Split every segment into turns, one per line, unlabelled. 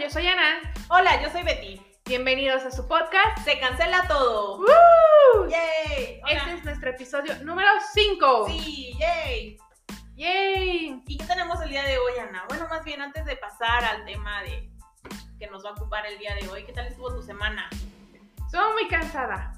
yo soy Ana.
Hola, yo soy Betty.
Bienvenidos a su podcast.
Se cancela todo.
¡Woo!
¡Yay!
Este es nuestro episodio número 5.
Sí, yay.
¡Yay!
¿Y qué tenemos el día de hoy, Ana? Bueno, más bien antes de pasar al tema de que nos va a ocupar el día de hoy, ¿qué tal estuvo tu semana?
Estuve muy cansada.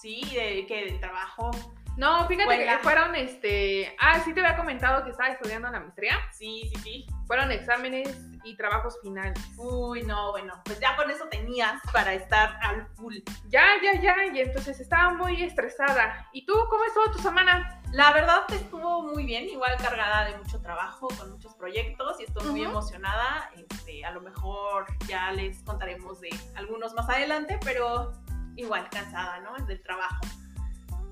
Sí, de que del trabajo.
No, fíjate
Escuela.
que fueron este. Ah, sí te había comentado que estaba estudiando la maestría.
Sí, sí, sí.
Fueron exámenes y trabajos finales.
Uy, no, bueno, pues ya con eso tenías para estar al full.
Ya, ya, ya. Y entonces estaba muy estresada. ¿Y tú cómo estuvo tu semana?
La verdad estuvo muy bien, igual cargada de mucho trabajo, con muchos proyectos y estoy muy
Ujú.
emocionada. Este, a lo mejor ya les contaremos de algunos más adelante, pero igual cansada, ¿no? Del trabajo.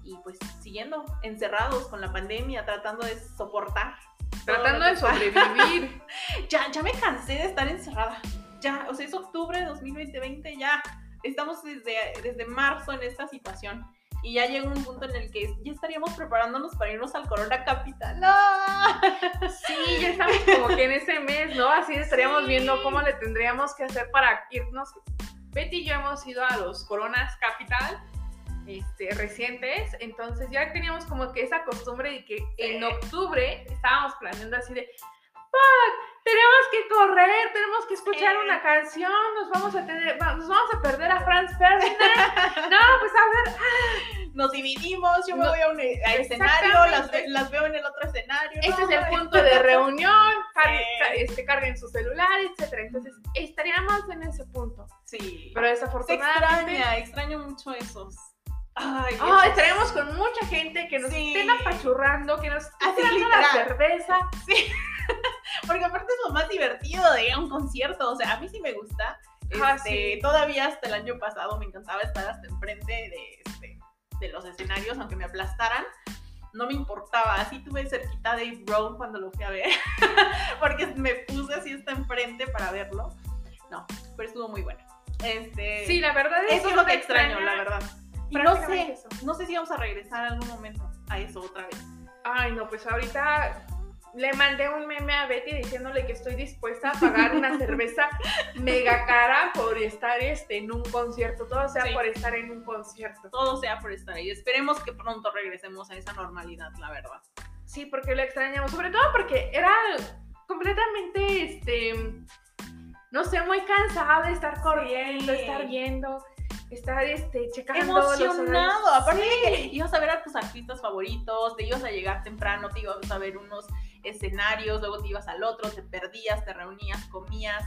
Y pues siguiendo encerrados con la pandemia, tratando de soportar. todo
Tratando
lo
de
que pasa.
sobrevivir.
Ya, ya me cansé de estar encerrada. Ya, o sea, es octubre de 2020, ya. Estamos desde, desde marzo en esta situación. Y ya llega un punto en el que ya estaríamos preparándonos para irnos al Corona Capital. ¡No!
Sí, ya estamos como que en ese mes, ¿no? Así estaríamos
Sí.
viendo cómo le tendríamos que hacer para irnos. Betty y yo hemos ido a los Coronas Capital este, recientes, entonces ya teníamos como que esa costumbre de que en octubre estábamos planeando así de, "Fuck, tenemos que correr, tenemos que escuchar
Sí.
una canción, nos vamos a tener, va- nos vamos a perder a Franz Ferdinand. No, pues a ver,
Nos dividimos, yo me
No,
voy a un e- a escenario, las, ve- las veo en el otro escenario.
Este
no,
es el
no,
punto de reunión, cargue-
Sí.
ca- este, carguen su celular, etcétera. Entonces, estaríamos en ese punto.
Sí.
Pero
Se
desafortunadamente,
extraña, extraño mucho esos. Ay,
oh,
esos-
estaremos con mucha gente que nos
Sí.
estén apachurrando, que nos estén
Así,
tirando la
literal.
cerveza.
Porque aparte es lo más divertido de ir a un concierto. O sea, a mí sí me gusta.
Ah,
Este,
sí.
Todavía hasta el año pasado me encantaba estar hasta enfrente de, este, de los escenarios, aunque me aplastaran. No me importaba. Así tuve cerquita de Dave Grohl cuando lo fui a ver. Porque me puse así hasta enfrente para verlo. No, pero estuvo muy bueno. Este,
Sí, la verdad es
eso es lo
uno
que extraño,
extraña
la verdad. Y no
prácticamente
sé,
eso.
no sé si vamos a regresar en algún momento a eso otra vez.
Ay, no, pues ahorita le mandé un meme a Betty diciéndole que estoy dispuesta a pagar una cerveza mega cara por estar este, en un concierto, todo sea
Sí.
por estar en un concierto.
Todo sea por estar ahí. Esperemos que pronto regresemos a esa normalidad, la verdad.
Sí, porque lo extrañamos. Sobre todo porque era completamente, este, no sé, muy cansada de estar corriendo,
Sí.
estar viendo, estar, este, checando. los
emocionado.
horarios.
Aparte de que ibas a ver a tus artistas favoritos, te ibas a llegar temprano, te ibas a ver unos escenarios, luego te ibas al otro, te perdías, te reunías, comías.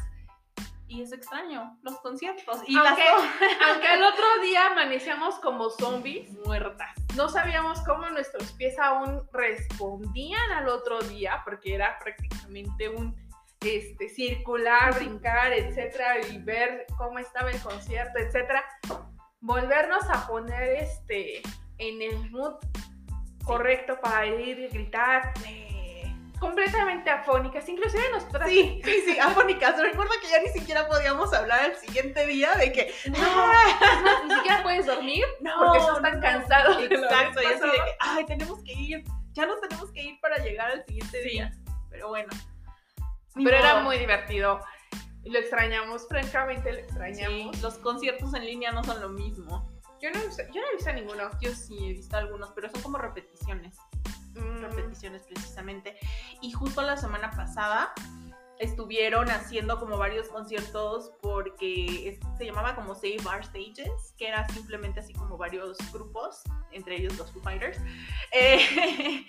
Y eso extraño, los conciertos. Y
Aunque-
las
Aunque al otro día amanecíamos como zombies,
muertas.
no sabíamos cómo nuestros pies aún respondían al otro día, porque era prácticamente un este, circular, brincar, etcétera, y ver cómo estaba el concierto, etcétera. Volvernos a poner este, en el mood correcto para ir y gritar, completamente afónicas, inclusive nosotras.
Sí, sí, sí, afónicas. Recuerdo que ya ni siquiera podíamos hablar al siguiente día de que.
No, es más, ni siquiera puedes dormir
No,
porque estás tan
no,
cansado. de lo
Exacto, y
que
así de
pasó.
que, ay, tenemos que ir, ya nos tenemos que ir para llegar al siguiente
Sí.
día. Pero bueno. Ni
Pero era
modo.
muy divertido. Lo extrañamos, francamente lo
Sí,
extrañamos.
los conciertos en línea no son lo mismo.
Yo, no, he visto- yo no he visto ninguno.
Yo sí he visto algunos, pero son como repeticiones,
Mm,
repeticiones precisamente. Y justo la semana pasada estuvieron haciendo como varios conciertos porque es- se llamaba como Save Our Stages, que era simplemente así como varios grupos, entre ellos los Foo Fighters, eh,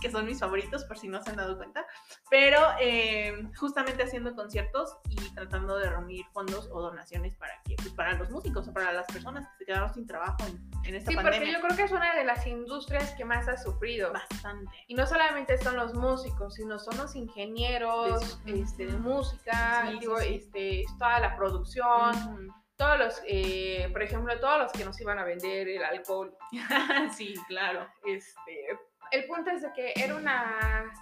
que son mis favoritos por si no se han dado cuenta, pero eh, justamente haciendo conciertos y tratando de reunir fondos o donaciones para que pues, para los músicos o para las personas que se quedaron sin trabajo en, en esta
Sí, porque
pandemia.
yo creo que es una de las industrias que más ha sufrido.
Bastante.
Y no solamente son los músicos, sino son los ingenieros
De su-
este, de
Ujú.
música,
Sí, sí,
digo,
sí.
Este, es toda la producción, todos los, eh, por ejemplo, todos los que nos iban a vender el alcohol.
sí, claro.
Este, el punto es de que era una,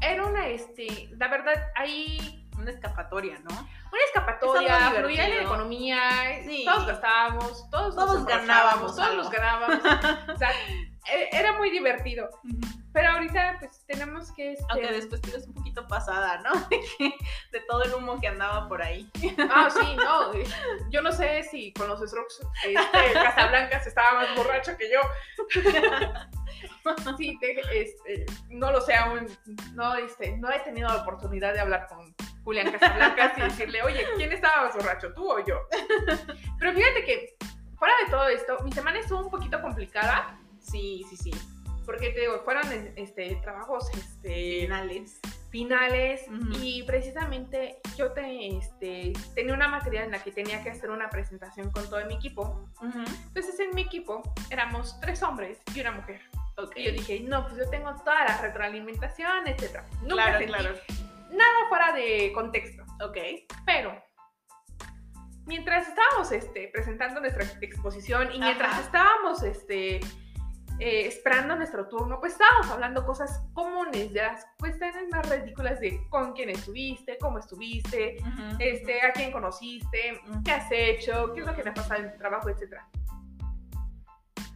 era una, este, la verdad, ahí
Una escapatoria, ¿no?
una
Es
escapatoria,
algo
fluía la
divertido.
economía,
Sí.
todos gastábamos, todos, nos
Todos
emborrachábamos,
ganábamos
todos
algo.
nos ganábamos. o sea, eh, era muy divertido. Pero ahorita pues tenemos que... este,
Aunque después tienes un poquito pasada, ¿no? De, que- de todo el humo que andaba por ahí.
Ah, sí, no. eh, Yo no sé si con los Strokes este, Casablancas estaba más borracho que yo. Sí, te- este, no lo sé aún. No, este, no he tenido la oportunidad de hablar con Julián Casablancas y decirle, oye, ¿quién estaba más borracho, tú o yo? Pero fíjate que, fuera de todo esto, mi semana estuvo un poquito complicada
Sí, sí, sí.
porque, te digo, fueron este, trabajos este,
Finales.
finales
Ujú.
y precisamente yo te, este, tenía una materia en la que tenía que hacer una presentación con todo mi equipo.
Ujú.
Entonces en mi equipo éramos tres hombres y una mujer.
Ok.
Y yo dije, no, pues yo tengo toda la retroalimentación, etc. Nunca
claro,
sentí
claro.
nada fuera de contexto.
Ok.
Pero mientras estábamos este, presentando nuestra exposición y mientras
Ajá.
estábamos este, eh, esperando nuestro turno, pues estábamos hablando cosas comunes, de las cuestiones más ridículas de con quién estuviste, cómo estuviste,
Ujú.
este, a quién conociste,
Ujú.
qué has hecho, qué es lo que te ha pasado en tu trabajo, etc.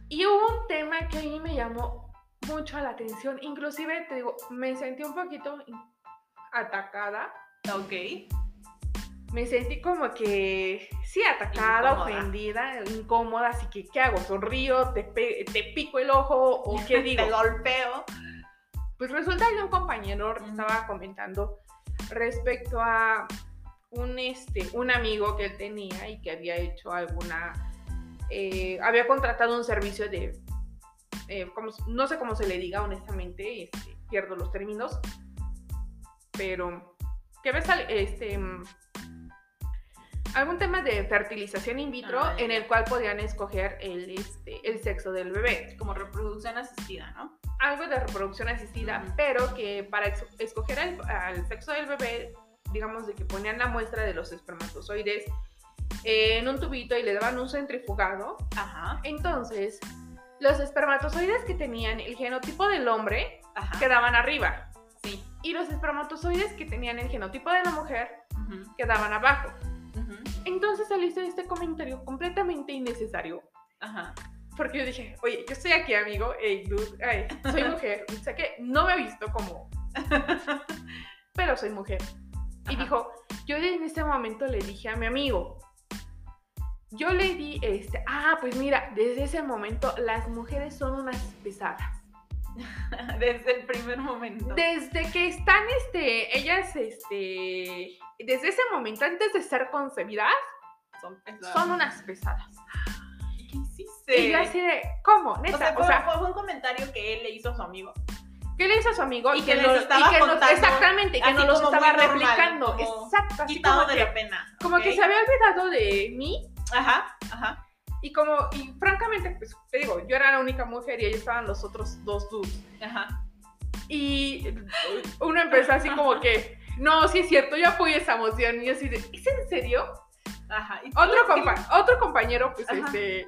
Y hubo un tema que a mí me llamó mucho la atención, inclusive te digo, me sentí un poquito atacada
Ok.
me sentí como que, sí, atacada,
Incómoda.
ofendida, incómoda, así que, ¿qué hago? ¿Sonrío? ¿Te, pe- te pico el ojo? ¿O qué digo?
Te golpeo.
Pues resulta que un compañero estaba comentando respecto a un, este, un amigo que él tenía y que había hecho alguna, eh, había contratado un servicio de, eh, como- no sé cómo se le diga honestamente, este, pierdo los términos, pero que ves al- este, mm, algún tema de fertilización in vitro
Ah, ya,
en el
ya.
cual podían escoger el, este, el sexo del bebé
Como reproducción asistida, ¿no?
algo de reproducción asistida,
Ujú.
pero que para ex- escoger al, al sexo del bebé, digamos de que ponían la muestra de los espermatozoides eh, en un tubito y le daban un centrifugado.
Ajá.
Entonces, los espermatozoides que tenían el genotipo del hombre
Ajá.
quedaban arriba
Sí.
y los espermatozoides que tenían el genotipo de la mujer
Ujú.
quedaban abajo.
Ujú.
Entonces salió este comentario completamente innecesario
Ajá.
Porque yo dije, oye, yo estoy aquí, amigo, hey, dude, ay, soy mujer, o sea que no me he visto como, pero soy mujer. Y
Ajá.
dijo, yo en este momento le dije a mi amigo, yo le di este, ah, pues mira, desde ese momento las mujeres son unas pesadas.
Desde el primer momento.
Desde que están, este, ellas, este, desde ese momento, antes de ser concebidas,
Son pesadas.
son unas pesadas.
¿Qué hiciste?
Y yo así de, ¿cómo?
o
Neta,
sea, fue, fue un comentario que él le hizo a su amigo.
¿Qué le hizo a su amigo?
Y
Y
que
que,
les
no-
estaba
y que no-
contando
exactamente, y que
así
no los
como
estaba
muy normal,
replicando.
como
Exacto, así
Quitado
como
de
que,
la pena.
como
¿ok?
que se había olvidado de mí
Ajá, ajá.
y como, y francamente, pues te digo, yo era la única mujer y ahí estaban los otros dos dudes.
Ajá.
Y uno empezó así como que, no, sí es cierto, yo apoyo esa moción. Y yo así de, ¿es en serio?
Ajá. Y tú
Otro,
lo
compa- otro compañero, pues
Ajá.
este,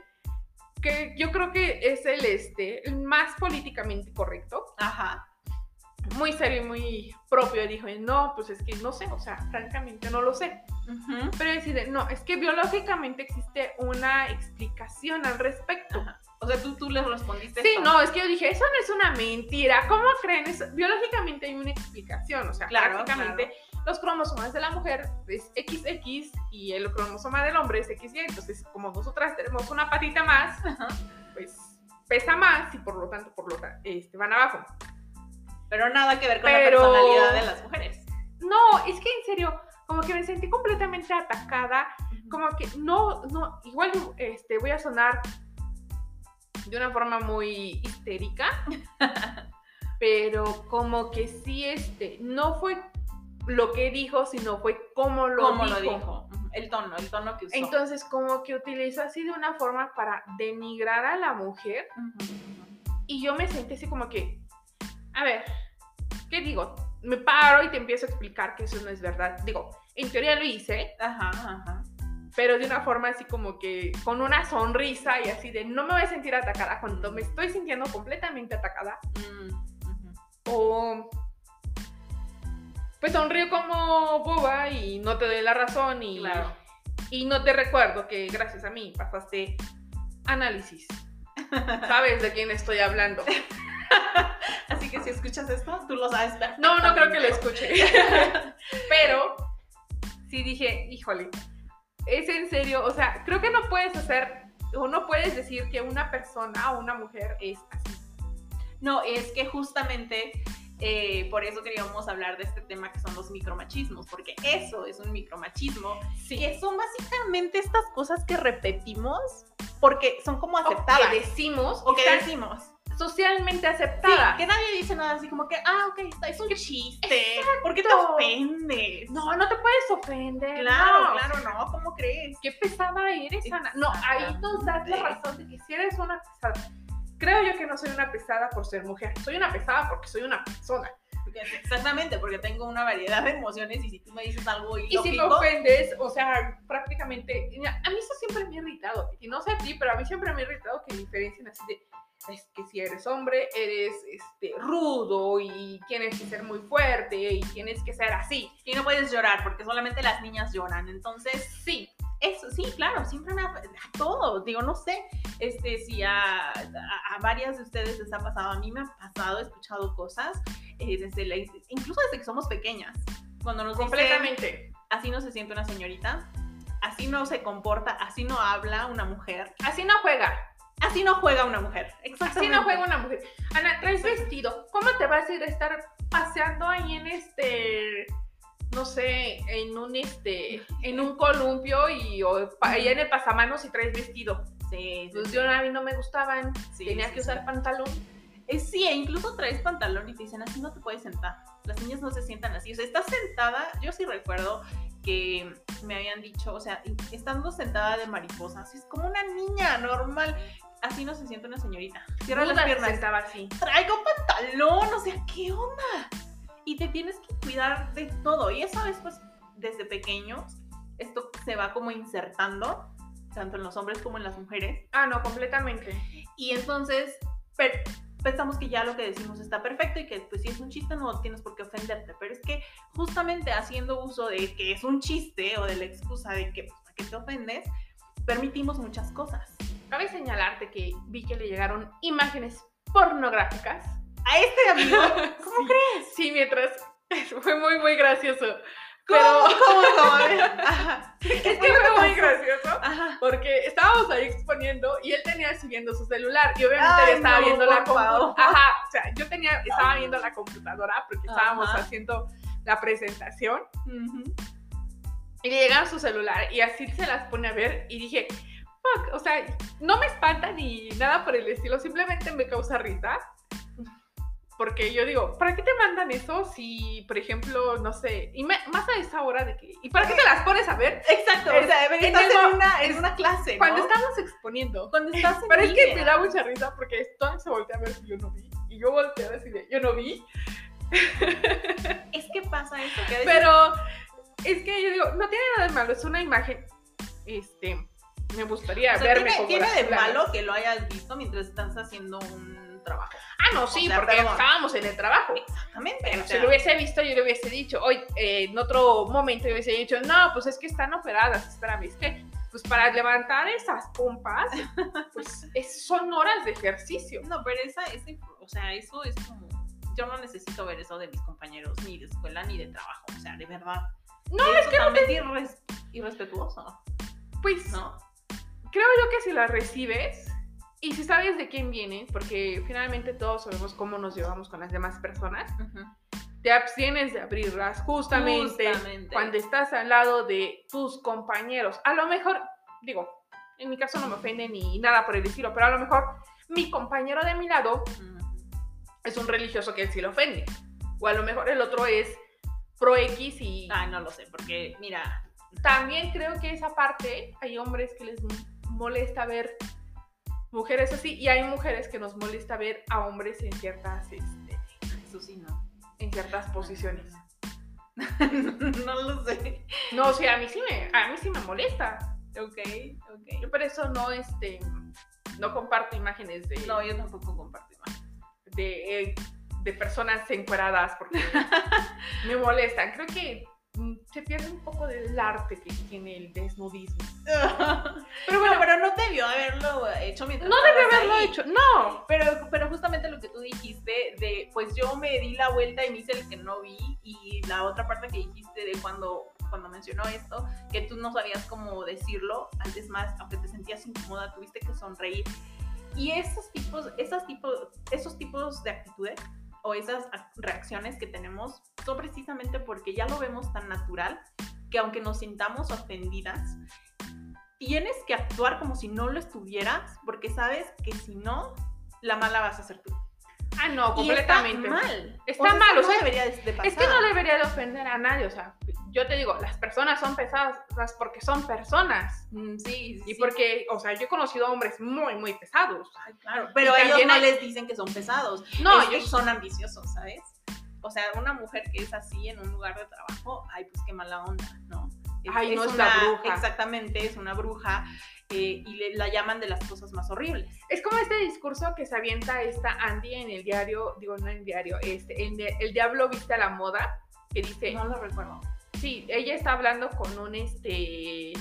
que yo creo que es el, este, el más políticamente correcto.
escribes. Ajá.
muy serio y muy propio dijo, no, pues es que no sé, o sea, francamente no lo sé.
Ujú.
Pero decide, no, es que biológicamente existe una explicación al respecto.
Ajá. O sea, tú, tú le respondiste.
Sí,
esto.
no, es que yo dije, eso no es una mentira, ¿cómo creen eso? Biológicamente hay una explicación, o sea,
Claro,
prácticamente los cromosomas de la mujer es XX y el cromosoma del hombre es XY, entonces como nosotras tenemos una patita más,
Ajá.
pues pesa más y por lo tanto, por lo tanto, este, van abajo.
Pero nada que ver con
Pero-
la personalidad de las mujeres.
No, es que en serio, como que me sentí completamente atacada, como que no, no, igual este, voy a sonar de una forma muy histérica, pero como que sí, este, no fue lo que dijo, sino fue cómo lo,
¿Cómo
dijo.
lo dijo? Ujú. El tono, el tono que usó.
Entonces, como que utilizó así de una forma para denigrar a la mujer
Ujú.
y yo me sentí así como que, a ver, ¿qué digo? Me paro y te empiezo a explicar que eso no es verdad. Digo, en teoría lo hice,
Ajá, ajá.
pero de una forma así como que con una sonrisa y así de no me voy a sentir atacada cuando me estoy sintiendo completamente atacada
Mm, ujú.
o pues sonrío como boba y no te doy la razón y,
Claro.
y no te recuerdo que gracias a mí pasaste análisis ¿Sabes de quién estoy hablando?
Así que si escuchas esto, tú lo sabes.
No, no creo que lo escuche. Pero sí dije, híjole, es en serio, o sea, creo que no puedes hacer, o no puedes decir que una persona o una mujer es así.
No, es que justamente eh, por eso queríamos hablar de este tema que son los micromachismos, porque eso es un micromachismo, que son básicamente estas cosas que repetimos porque son como
Aceptada.
aceptadas.
Que decimos,
O que
están
decimos.
socialmente
Sí,
aceptada.
que nadie dice nada así como que, ah, ok, está, es un chiste. ¿Por qué te
Exacto.
ofendes?
No, no te puedes ofender.
claro,
no.
claro, no, ¿cómo crees?
Qué pesada eres, Ana. No, ahí nos das la
Exactamente.
razón de que si eres una pesada. Creo yo que no soy una pesada por ser mujer. Soy una pesada porque soy una persona.
Porque- exactamente, porque tengo una variedad de emociones y si tú me dices algo
Y si me
ilógico,
ofendes, o sea, prácticamente. mira, a mí eso siempre me ha irritado. Y no sé a ti, pero a mí siempre me ha irritado que diferencien así de. Es que si eres hombre, eres este, rudo y tienes que ser muy fuerte y tienes que ser así.
y no puedes llorar porque solamente las niñas lloran. Entonces,
Sí,
eso sí, claro, siempre me ha- a todos, digo, no sé, este, si a, a- a varias de ustedes les ha pasado, a mí me ha pasado, he escuchado cosas, eh, desde la- incluso desde que somos pequeñas, cuando nos dicen,
completamente.
así no se siente una señorita, así no se comporta, así no habla una mujer,
Así no juega.
así no juega una mujer.
Así no juega una mujer. Ana, traes vestido. ¿Cómo te vas a ir a estar paseando ahí en este, no sé, en un este, en un columpio y o, pa- allá en el pasamanos y traes vestido?
Sí, sí,
Pues yo a mí no me gustaban.
sí,
Tenía
sí,
que
sí.
usar pantalón.
Eh, sí, e incluso traes pantalón y te dicen, así no te puedes sentar. Las niñas no se sientan así. O sea, estás sentada, yo sí recuerdo que me habían dicho, o sea, y- estando sentada de mariposa, así es como una niña normal. Así no se siente una señorita. Cierra las
Dudas
piernas.
Estaba así.
Traigo pantalón, o sea, ¿qué onda? Y te tienes que cuidar de todo. Y eso es, pues, desde pequeños, esto se va como insertando, tanto en los hombres como en las mujeres
Ah, no, completamente.
y entonces per- pensamos que ya lo que decimos está perfecto y que pues si es un chiste no tienes por qué ofenderte, pero es que justamente haciendo uso de que es un chiste o de la excusa de que pues, ¿para qué te ofendes, permitimos muchas cosas.
Cabe señalarte que vi que le llegaron imágenes pornográficas.
A este amigo, ¿cómo
Sí. Sí, mientras fue muy muy gracioso.
¿Cómo?
Pero
¿Cómo? ¿Cómo? A ver. Ajá. ¿Qué- qué
es que fue
pasó?
muy gracioso.
Ajá.
porque estábamos ahí exponiendo y él tenía siguiendo su celular y obviamente
Ay,
yo estaba
no,
viendo la
por favor.
computadora. Ajá, o sea, yo tenía, estaba viendo la computadora porque estábamos
Ajá.
haciendo la presentación
Ujú.
y le llegaba su celular y así se las pone a ver y dije, fuck, o sea, no me espanta ni nada por el estilo, simplemente me causa risa. Porque yo digo, ¿para qué te mandan eso si, por ejemplo, no sé, y me- más a esa hora de que, ¿y para qué te las pones a ver?
Exacto, o
Es-
sea,
en
estás
el
en
mo-
una, en
es-
una clase, ¿no?
Cuando estamos exponiendo.
Cuando estás en
Pero es que
línea.
me da mucha risa porque Stone se voltea a ver si yo no vi. Y yo volteé a ver si de- yo no vi.
Es que pasa eso, que a veces-
Pero es que yo digo, no tiene nada de malo, es una imagen. Este, me gustaría
O sea,
verme
tiene,
como
tiene
las
de
fulanas.
malo que lo hayas visto mientras estás haciendo un trabajo.
Ah, no, sí,
O sea,
porque
perdón.
estábamos en el trabajo.
Exactamente.
Pero
o
si
sea,
lo hubiese visto, yo le hubiese dicho, hoy, en otro momento, yo hubiese dicho, no, pues es que están operadas, espérame, es que, pues para levantar esas pompas, pues es- son horas de ejercicio.
No, pero esa, esa, o sea, eso es como. Yo no necesito ver eso de mis compañeros, ni de escuela, ni de trabajo. O sea, de verdad.
No,
es totalmente irres- irrespetuoso,
Pues
¿no?
creo yo que si la recibes y si sabes de quién viene, porque finalmente todos sabemos cómo nos llevamos con las demás personas, te abstienes de abrirlas justamente,
Justamente.
cuando estás al lado de tus compañeros. A lo mejor, digo, en mi caso no me ofende ni nada por el estilo, pero a lo mejor mi compañero de mi lado
Ujú.
es un religioso que sí lo ofende. O a lo mejor el otro es pro X y
Ay, Ah, no lo sé, porque, mira.
también creo que esa parte hay hombres que les molesta ver mujeres así y hay mujeres que nos molesta ver a hombres en ciertas este,
Eso sí, no.
en ciertas posiciones.
no lo sé.
No, o sea, a mí sí me a mí sí me molesta.
Ok, ok.
Yo por eso no este no comparto imágenes de
No, yo tampoco comparto imágenes.
de, eh, de personas encueradas porque me molestan. Creo que mm, se pierde un poco del arte que tiene el desnudismo.
pero bueno, pero no debió haberlo hecho mientras
No
estabas
debe haberlo
ahí.
hecho, no.
Pero, pero justamente lo que tú dijiste de, pues yo me di la vuelta y me hice el que no vi, y la otra parte que dijiste de cuando, cuando mencionó esto, que tú no sabías cómo decirlo, antes más, aunque te sentías incómoda, tuviste que sonreír. Y esos tipos, esas tipos, esos tipos de actitudes o esas ac- reacciones que tenemos son precisamente porque ya lo vemos tan natural que aunque nos sintamos ofendidas, tienes que actuar como si no lo estuvieras, porque sabes que si no, la mala vas a ser tú.
Ah, no,
Y está
completamente.
mal.
Está mal,
eso
o sea,
no debería de- de pasar.
Es que no debería de ofender a nadie, o sea, yo te digo, las personas son pesadas porque son personas.
Mm, sí, sí,
Y
sí.
porque, o sea, yo he conocido hombres muy, muy pesados.
Ay, claro, Pero
y
ellos
también
no
hay-
les dicen que son pesados.
No,
ellos
yo,
son ambiciosos, ¿sabes? O sea, una mujer que es así en un lugar de trabajo, ay, pues qué mala onda, ¿no?
Ay, no es la
una-
bruja.
Exactamente, es una bruja eh, y le- la llaman de las cosas más horribles.
es como este discurso que se avienta esta Andy en el diario, digo, no en el diario, este, en el, el diablo viste a la moda, que dice,
No lo recuerdo.
sí, ella está hablando con un, este,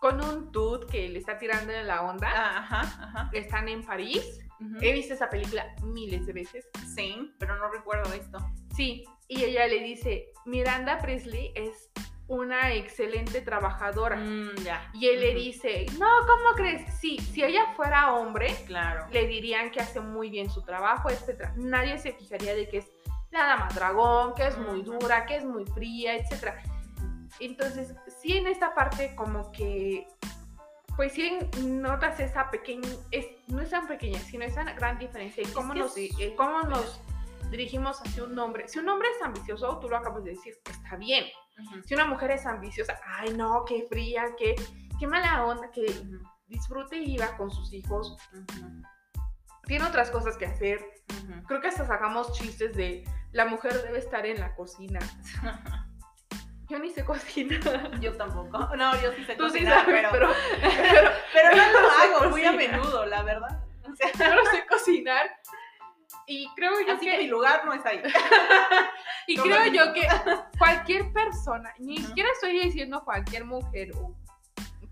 con un dude que le está tirando en la onda,
Ah, ajá, ajá.
están en París,
Ujú.
he visto esa película miles de veces,
Sí, pero no recuerdo esto.
Sí, y ella le dice, Miranda Presley es una excelente trabajadora.
Mm, ya.
Y él le
Ujú.
dice, no, ¿cómo crees? Sí, si ella fuera hombre,
Claro.
le dirían que hace muy bien su trabajo, etc. Nadie se fijaría de que es nada más dragón, que es muy
Ujú.
dura, que es muy fría, etc. Entonces, sí en esta parte como que, pues sí notas esa pequeña, es, no es tan pequeña, sino esa gran diferencia en cómo,
que
nos,
es
eh, cómo nos dirigimos hacia un hombre. Si un hombre es ambicioso, tú lo acabas de decir, está bien.
Ujú.
Si una mujer es ambiciosa, ay no, qué fría, qué, qué mala onda, que
Ujú,
disfrute y va con sus hijos,
ujú,
tiene otras cosas que hacer.
ujú.
Creo que hasta sacamos chistes de la mujer debe estar en la cocina. Yo ni sé cocinar.
Yo tampoco. No, yo sí sé
Tú sí
cocinar,
sabes,
pero,
pero,
pero no lo
no sé
hago muy a
cocinar.
menudo, la verdad. O sea,
yo no sé cocinar. Y creo yo
así
que,
que mi lugar no es ahí.
y
no
creo
me
yo que cualquier persona, ni
Ujú.
siquiera estoy diciendo cualquier mujer o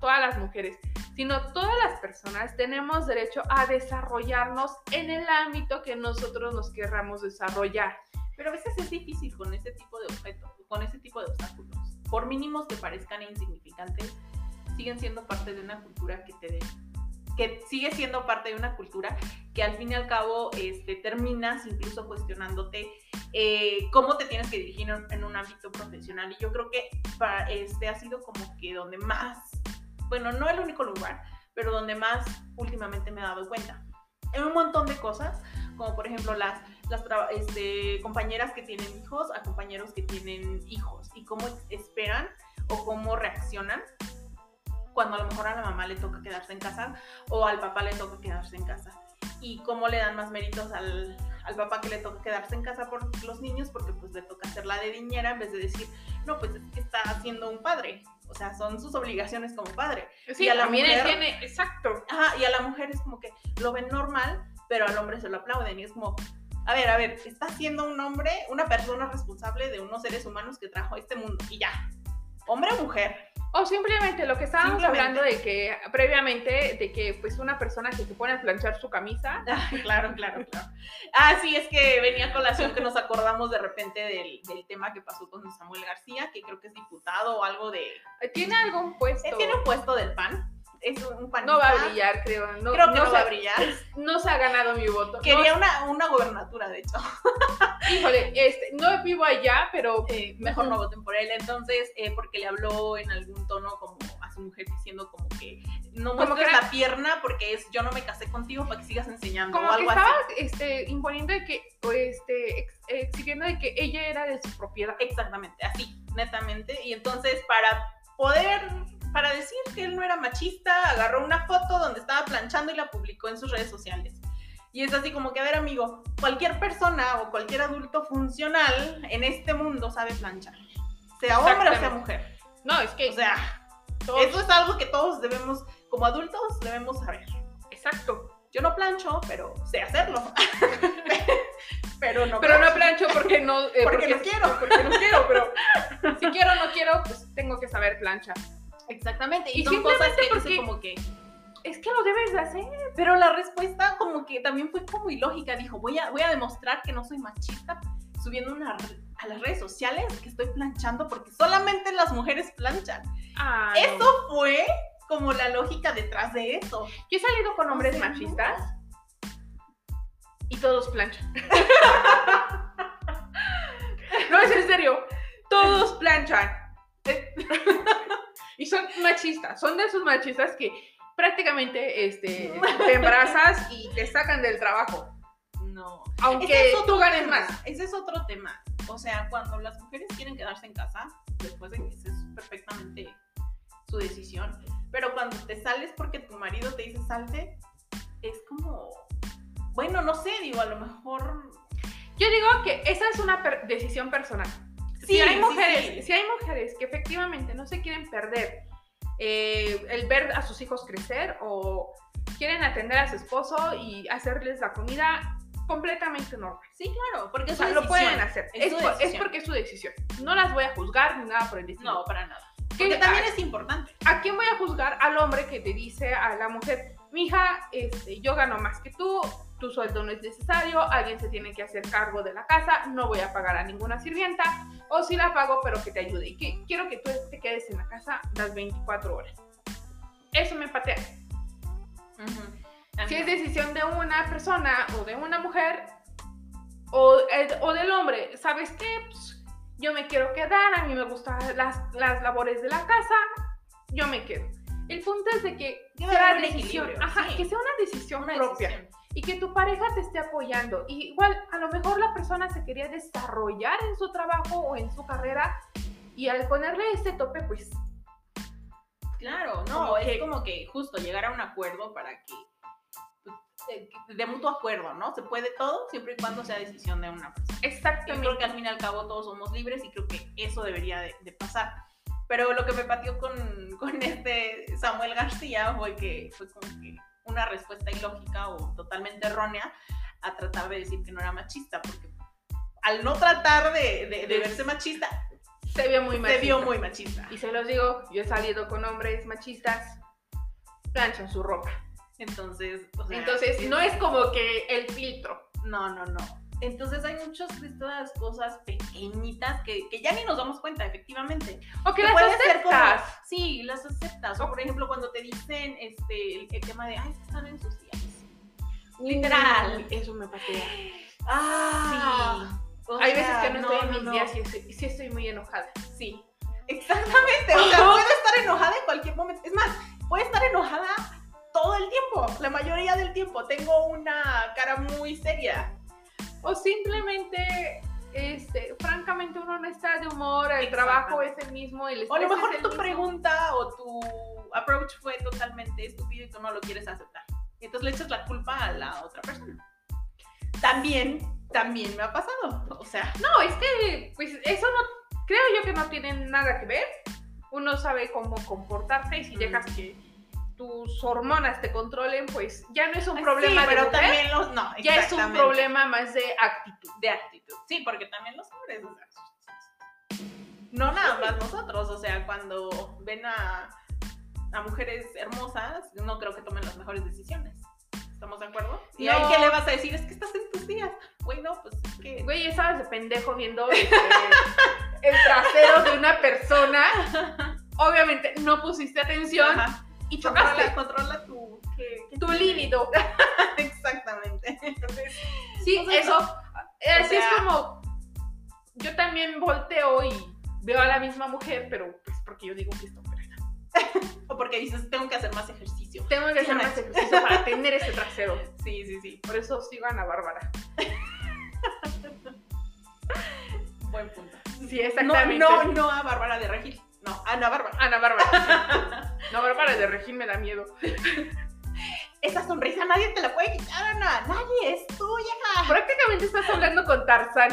todas las mujeres, sino todas las personas tenemos derecho a desarrollarnos en el ámbito que nosotros nos querramos desarrollar.
Pero a veces es difícil con ese tipo de objetos, con ese tipo de obstáculos. Por mínimos que parezcan insignificantes, siguen siendo parte de una cultura que te de- que sigue siendo parte de una cultura que al fin y al cabo este, terminas incluso cuestionándote eh, cómo te tienes que dirigir en, en un ámbito profesional. Y yo creo que para, este, ha sido como que donde más, bueno, no el único lugar, pero donde más últimamente me he dado cuenta. En un montón de cosas, como por ejemplo las las tra- este, compañeras que tienen hijos a compañeros que tienen hijos y cómo esperan o cómo reaccionan cuando a lo mejor a la mamá le toca quedarse en casa o al papá le toca quedarse en casa y cómo le dan más méritos al, al papá que le toca quedarse en casa por los niños porque pues le toca hacer la de niñera en vez de decir no pues es que está haciendo un padre o sea son sus obligaciones como padre
Sí,
Y a la
también
mujer-
tiene, exacto.
Ajá, y a la mujer es como que lo ven normal, pero al hombre se lo aplauden. Y es como, a ver, a ver, está siendo un hombre, una persona responsable de unos seres humanos que trajo a este mundo. Y ya, hombre o mujer.
O simplemente lo que estábamos
Simplemente.
hablando de que previamente, de que pues una persona que se pone a planchar su camisa,
Ah, claro, claro, claro. Ah, sí, es que venía a colación que nos acordamos de repente del, del tema que pasó con Samuel García, que creo que es diputado o algo de...
tiene algún puesto.
Él tiene un puesto del PAN. Es un, un panista.
No va a brillar, creo. No,
Creo que
no
no,
se,
va a brillar.
no se ha ganado mi voto.
Quería una, una gobernatura, de hecho.
No, híjole, este, no vivo allá, pero
eh, mejor no
Ujú.
voten por él. Entonces, eh, porque le habló en algún tono como a su mujer diciendo como que no
Como
muestres
que era-
la pierna porque es yo no me casé contigo para que sigas enseñando
como
o
que
algo
estaba
así.
este, imponiendo de que, o, este, ex- exigiendo de que ella era de su propiedad.
Exactamente, así, netamente. Y entonces, para poder, para decir que él no era machista, agarró una foto donde estaba planchando y la publicó en sus redes sociales. Y es así como que, a ver, amigo, cualquier persona o cualquier adulto funcional en este mundo sabe planchar. Sea hombre o sea
Exactamente.
mujer.
No, es que
O sea,
todos-
Eso es algo que todos debemos, como adultos, debemos saber.
exacto.
Yo no plancho, pero sé hacerlo. pero no
Pero no plancho porque no, eh,
Porque no quiero.
porque no quiero, pero si quiero o no quiero, pues tengo que saber planchar.
Exactamente. Y,
Y
son cosas que
simplemente
dices
porque-
como que.
Es que lo debes de hacer.
Pero la respuesta como que también fue como ilógica. Dijo, voy a, voy a demostrar que no soy machista subiendo una re- a las redes sociales que estoy planchando porque solamente las mujeres planchan.
Ah, no.
Eso fue como la lógica detrás de eso.
Yo he salido con hombres
O sea,
machistas y todos planchan. no es en serio, todos planchan. y son machistas, son de esos machistas que prácticamente este, te embarazas y te sacan del trabajo,
No.
aunque tú ganes
tema,
más.
Ese es otro tema. O sea, cuando las mujeres quieren quedarse en casa, después de que esa es perfectamente su decisión, pero cuando te sales porque tu marido te dice salte, es como, bueno, no sé, digo, a lo mejor...
Yo digo que esa es una per- decisión personal. si hay mujeres, si hay mujeres que efectivamente no se quieren perder eh, el ver a sus hijos crecer o quieren atender a su esposo y hacerles la comida completamente normal.
Sí, claro, porque
O
es
sea,
su
lo pueden
decisión.
hacer.
es
Es,
su
por- es
decisión.
porque es su decisión. No las voy a juzgar ni nada por el destino.
No, para nada.
¿Qué-
Porque también es importante.
a, ¿A quién voy a juzgar? Al hombre que te dice a la mujer, mija, este, yo gano más que tú, tu sueldo no es necesario, alguien se tiene que hacer cargo de la casa, no voy a pagar a ninguna sirvienta, o si la pago, pero que te ayude. Y que quiero que tú te quedes en la casa las 24 horas. Eso me patea. Si es decisión de una persona o de una mujer o, eh, o del hombre, ¿sabes qué? Pues, yo me quiero quedar, a mí me gustan las, las labores de la casa, yo me quedo. El punto es de que
Debe
sea,
haber un
decisión,
equilibrio,
ajá,
sí.
que sea una decisión
Una
propia
decisión.
y que tu pareja te esté apoyando. Y igual, a lo mejor la persona se quería desarrollar en su trabajo o en su carrera y al ponerle este tope, pues
Claro, no,
Como
es
que-
como que justo llegar a un acuerdo para que eh, de mutuo acuerdo, ¿no? Se puede todo siempre y cuando sea decisión de una persona. Yo
exactamente.
creo que al fin y al cabo todos somos libres y creo que eso debería de, de pasar. Pero lo que me pateó con, con este Samuel García fue que fue como que una respuesta ilógica o totalmente errónea a tratar de decir que no era machista, porque al no tratar de, de- de verse machista,
Se vio muy mal.
se vio muy machista.
Y se los digo, yo he salido con hombres machistas, planchan su ropa.
Entonces, o sea,
Entonces, no es como que el filtro.
No, no, no. Entonces hay muchas de estas cosas pequeñitas que, que ya ni nos damos cuenta, efectivamente.
O que
Que
las
puede ser como-
aceptas.
sí, las aceptas. O por ejemplo, cuando te dicen este, el, el tema de, ay, es que están en sus días. Literal.
Mm, Eso me patea.
Ah, sí. O
Hay veces
sea,
que no, estoy en mis
no.
días y estoy- y sí estoy muy enojada.
Sí, exactamente. O sea, puedo estar enojada en cualquier momento. Es más, puedo estar enojada todo el tiempo, la mayoría del tiempo. Tengo una cara muy seria.
O simplemente, este, francamente, uno no está de humor, el trabajo es el mismo, el
O a
estrés
lo
es
mejor
el
tu
mismo.
pregunta o tu approach fue totalmente estúpido y tú no lo quieres aceptar. Y entonces le echas la culpa a la otra persona. También, también me ha pasado. O sea,
No, es que, pues, eso no, creo yo que no tiene nada que ver. Uno sabe cómo comportarte y si
Mm.
dejas que tus hormonas te controlen, pues ya no es un problema
sí,
de
pero
mujer,
también los no,
ya es un
exactamente.
problema más de actitud.
de actitud. Sí, porque también los hombres, o sea, no nada más nosotros, o sea, cuando ven a, a mujeres hermosas, no creo que tomen las mejores decisiones. ¿Estamos de acuerdo? ¿Y
No.
ahí qué le vas a decir? Es que estás en tus días. Bueno, pues es que
Güey, ya estabas de pendejo viendo este, el trasero de una persona. Obviamente no pusiste atención
Ajá.
y
Controla,
chocaste
controla tu, que- que-
tu líbido.
Exactamente. Entonces,
Sí,
O sea,
eso. Eh, Así
sea-
es como. Yo también volteo y veo a la misma mujer, pero pues porque yo digo que esto. pero
o porque dices, tengo que hacer más ejercicio.
Tengo que hacer
Sí,
más ejercicio para tener ese trasero.
Sí, sí, sí.
Por eso sigo a Ana Bárbara.
Buen punto.
Sí, exactamente.
No, no, no a Bárbara de Regil. No, a Ana Bárbara.
Ana Bárbara. Ana Bárbara de Regín me da miedo.
Esa sonrisa nadie te la puede quitar, Ana. Nadie, es tuya.
Prácticamente estás hablando con Tarzán.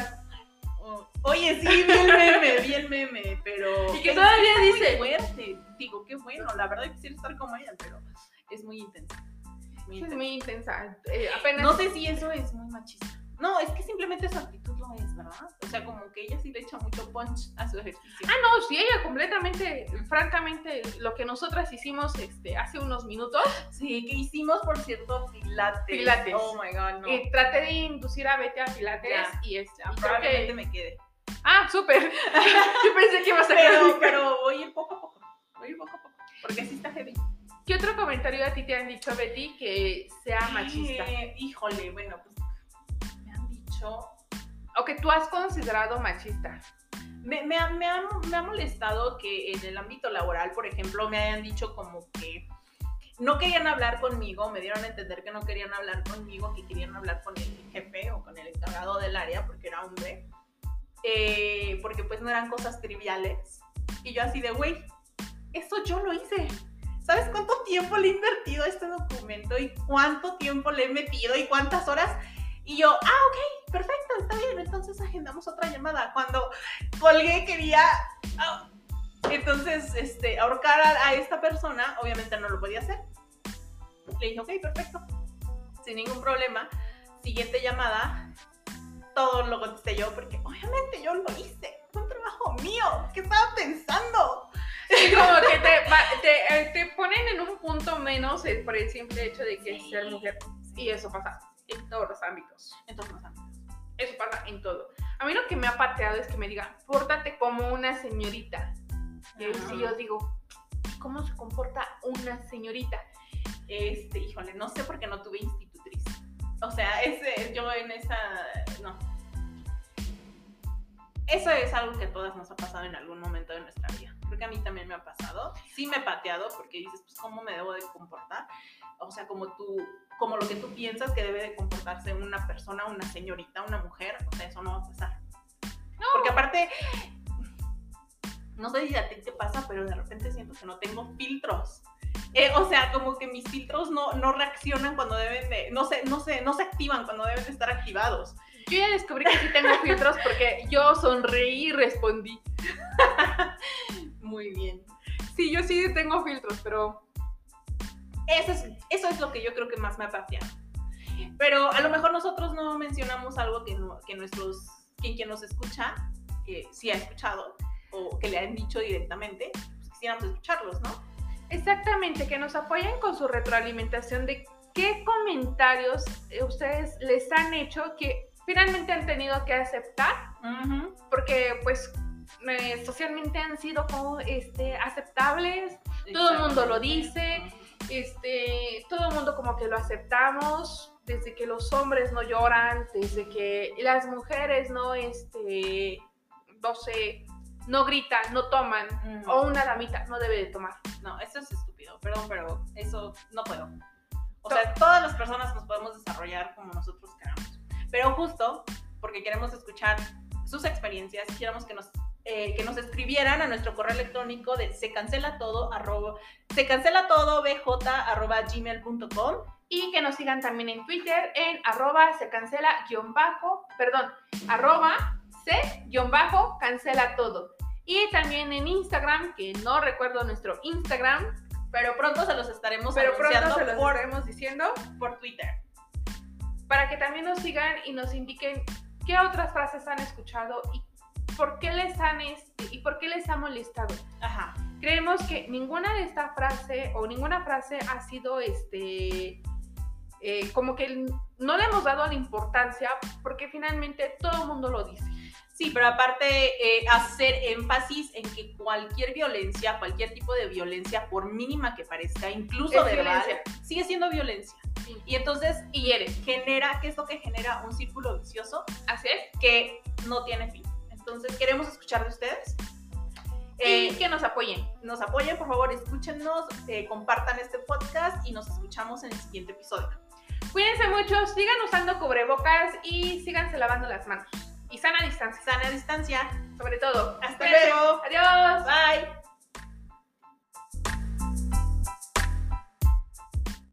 O- Oye, sí, vi el meme, vi el meme, pero.
Y que
pero
todavía
sí está
dice-
Muy fuerte. Digo, qué bueno. La verdad quisiera estar como ella, pero es muy intensa. Muy
Es
intensa.
muy intensa. Eh, apenas.
No sé si eso es muy machista. No, es que simplemente su actitud lo es, la ¿verdad? O sea, como que ella sí le echa mucho punch a su ejercicio.
Ah, no, sí, ella completamente, francamente, lo que nosotras hicimos este, hace unos minutos,
Sí, que hicimos, por cierto, pilates.
Pilates.
Oh my god, no.
eh, traté de inducir a Betty a Pilates
Ya.
y este,
Y
creo
probablemente
que-
me quede.
Ah, súper. Yo pensé que ibas a
Pero,
criticar.
pero voy a ir poco a poco. Voy a ir poco a poco. Porque sí está heavy.
¿Qué otro comentario a ti te han dicho, Betty, que sea machista?
Eh, híjole, bueno, pues me han dicho
O que tú has considerado machista.
me, me ha, me ha- me ha molestado que en el ámbito laboral, por ejemplo, me hayan dicho como que no querían hablar conmigo, me dieron a entender que no querían hablar conmigo, que querían hablar con el jefe o con el encargado del área porque era hombre, eh, porque pues no eran cosas triviales. Y yo así de, güey, eso yo lo hice. ¿Sabes cuánto tiempo le he invertido a este documento y cuánto tiempo le he metido y cuántas horas? Y yo, ah, ok, perfecto, está bien, entonces agendamos otra llamada. Cuando colgué, quería. ah, Entonces, este, ahorcar a, a esta persona, obviamente no lo podía hacer. Le dije, ok, perfecto. Sin ningún problema. Siguiente llamada, todo lo contesté yo, porque obviamente yo lo hice. Fue un trabajo mío. ¿Qué estaba pensando?
Como que te, va- te, eh, te ponen en un punto menos eh, por el simple hecho de que
Sí.
ser mujer. Y eso pasa en todos los ámbitos.
Entonces, ajá.
Eso pasa en todo. A mí lo que me ha pateado es que me digan, pórtate como una señorita. Y ahí sí yo digo, ¿cómo se comporta una señorita?
Este, híjole, no sé por qué no tuve institutriz. O sea, ese, yo en esa, no. Eso es algo que a todas nos ha pasado en algún momento de nuestra vida. Creo que a mí también me ha pasado. Sí me he pateado porque dices, pues, ¿cómo me debo de comportar? O sea, como tú, como lo que tú piensas que debe de comportarse una persona, una señorita, una mujer, o sea, eso no va a pasar.
No,
Porque aparte, no sé si a ti te pasa, pero de repente siento que no tengo filtros. Eh, o sea, como que mis filtros no, no reaccionan cuando deben de, no sé, no sé, no se activan cuando deben de estar activados.
yo ya descubrí que sí tengo filtros porque yo sonreí y respondí.
Muy bien.
Sí, yo sí tengo filtros, pero
Eso es, eso es lo que yo creo que más me ha pateado. Pero a lo mejor nosotros no mencionamos algo que, no- que nuestros, quien, quien nos escucha, eh, sí ha escuchado o que le han dicho directamente, pues quisiéramos escucharlos, ¿no?
Exactamente, que nos apoyen con su retroalimentación de qué comentarios eh, ustedes les han hecho que finalmente han tenido que aceptar, porque pues eh, socialmente han sido como este, aceptables, Todo el mundo lo dice. este, todo el mundo como que lo aceptamos, desde que los hombres no lloran, desde que las mujeres no, este, no sé, no gritan, no toman,
Ujú.
o una damita no debe de tomar.
No, eso es estúpido, perdón, pero eso no puedo. O
To-
sea, todas las personas nos podemos desarrollar como nosotros queramos. Pero justo porque queremos escuchar sus experiencias, quisiéramos que nos, eh, que nos escribieran a nuestro correo electrónico de se cancela todo, arroba, se cancela todo, bj, arroba, gmail.com.
Y que nos sigan también en Twitter en arroba se cancela guión bajo, perdón, arroba se guión bajo cancela todo. Y también en Instagram, que no recuerdo nuestro Instagram,
Pero pronto se los estaremos
pero pronto
anunciando
se los
por,
estaremos diciendo,
por Twitter.
para que también nos sigan y nos indiquen qué otras frases han escuchado y por qué les han este, y por qué les ha molestado.
Ajá.
Creemos que ninguna de esta frase o ninguna frase ha sido este eh, como que no le hemos dado la importancia porque finalmente todo el mundo lo dice.
Sí, pero aparte eh, hacer énfasis en que cualquier violencia, cualquier tipo de violencia, por mínima que parezca, incluso
Es
verbal,
violencia.
sigue siendo violencia.
Sí.
Y entonces
Y hiere.
genera, ¿qué es lo que genera un círculo vicioso
Así es.
que no tiene fin? Entonces queremos escuchar de ustedes. Eh,
y que nos apoyen.
Nos apoyen, por favor, escúchenos, eh, compartan este podcast y nos escuchamos en el siguiente episodio.
Cuídense mucho, sigan usando cubrebocas y síganse lavando las manos. Y sana distancia,
Sana distancia,
sobre todo.
hasta